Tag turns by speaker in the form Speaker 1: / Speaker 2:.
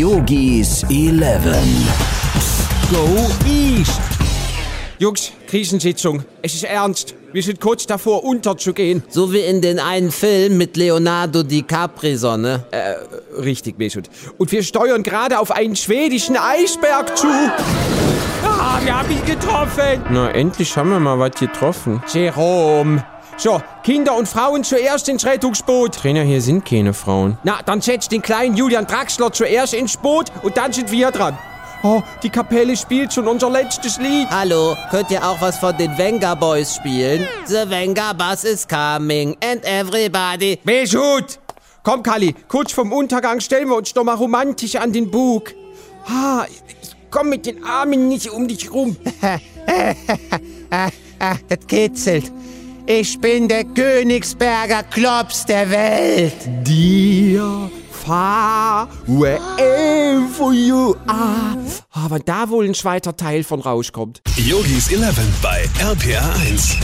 Speaker 1: Yogis 11.
Speaker 2: Go East! Jungs, Krisensitzung. Es ist ernst. Wir sind kurz davor, unterzugehen.
Speaker 3: So wie in den einen Film mit Leonardo DiCaprio, ne?
Speaker 2: Äh, Richtig, Mesut. Und wir steuern gerade auf einen schwedischen Eisberg zu. Ah, wir haben ihn getroffen.
Speaker 4: Na, endlich haben wir mal was getroffen.
Speaker 2: Jerome. So, Kinder und Frauen zuerst ins Rettungsboot.
Speaker 4: Trainer, hier sind keine Frauen.
Speaker 2: Na, dann setzt den kleinen Julian Draxler zuerst ins Boot und dann sind wir dran. Oh, die Kapelle spielt schon unser letztes Lied.
Speaker 3: Hallo, Also, könnt ihr auch was von den Venga Boys spielen? The Venga Bus is coming and everybody.
Speaker 2: Mesut! Komm, Kali, kurz vorm Untergang stellen wir uns doch mal romantisch an den Bug. Ha, ich komm mit den Armen nicht um dich rum.
Speaker 5: Ah, das kitzelt. Ich bin der Königsberger Klops der Welt.
Speaker 2: Dear far wherever you are. Aber da wohl ein zweiter Teil von rauskommt.
Speaker 6: Yogis 11 bei RPR 1.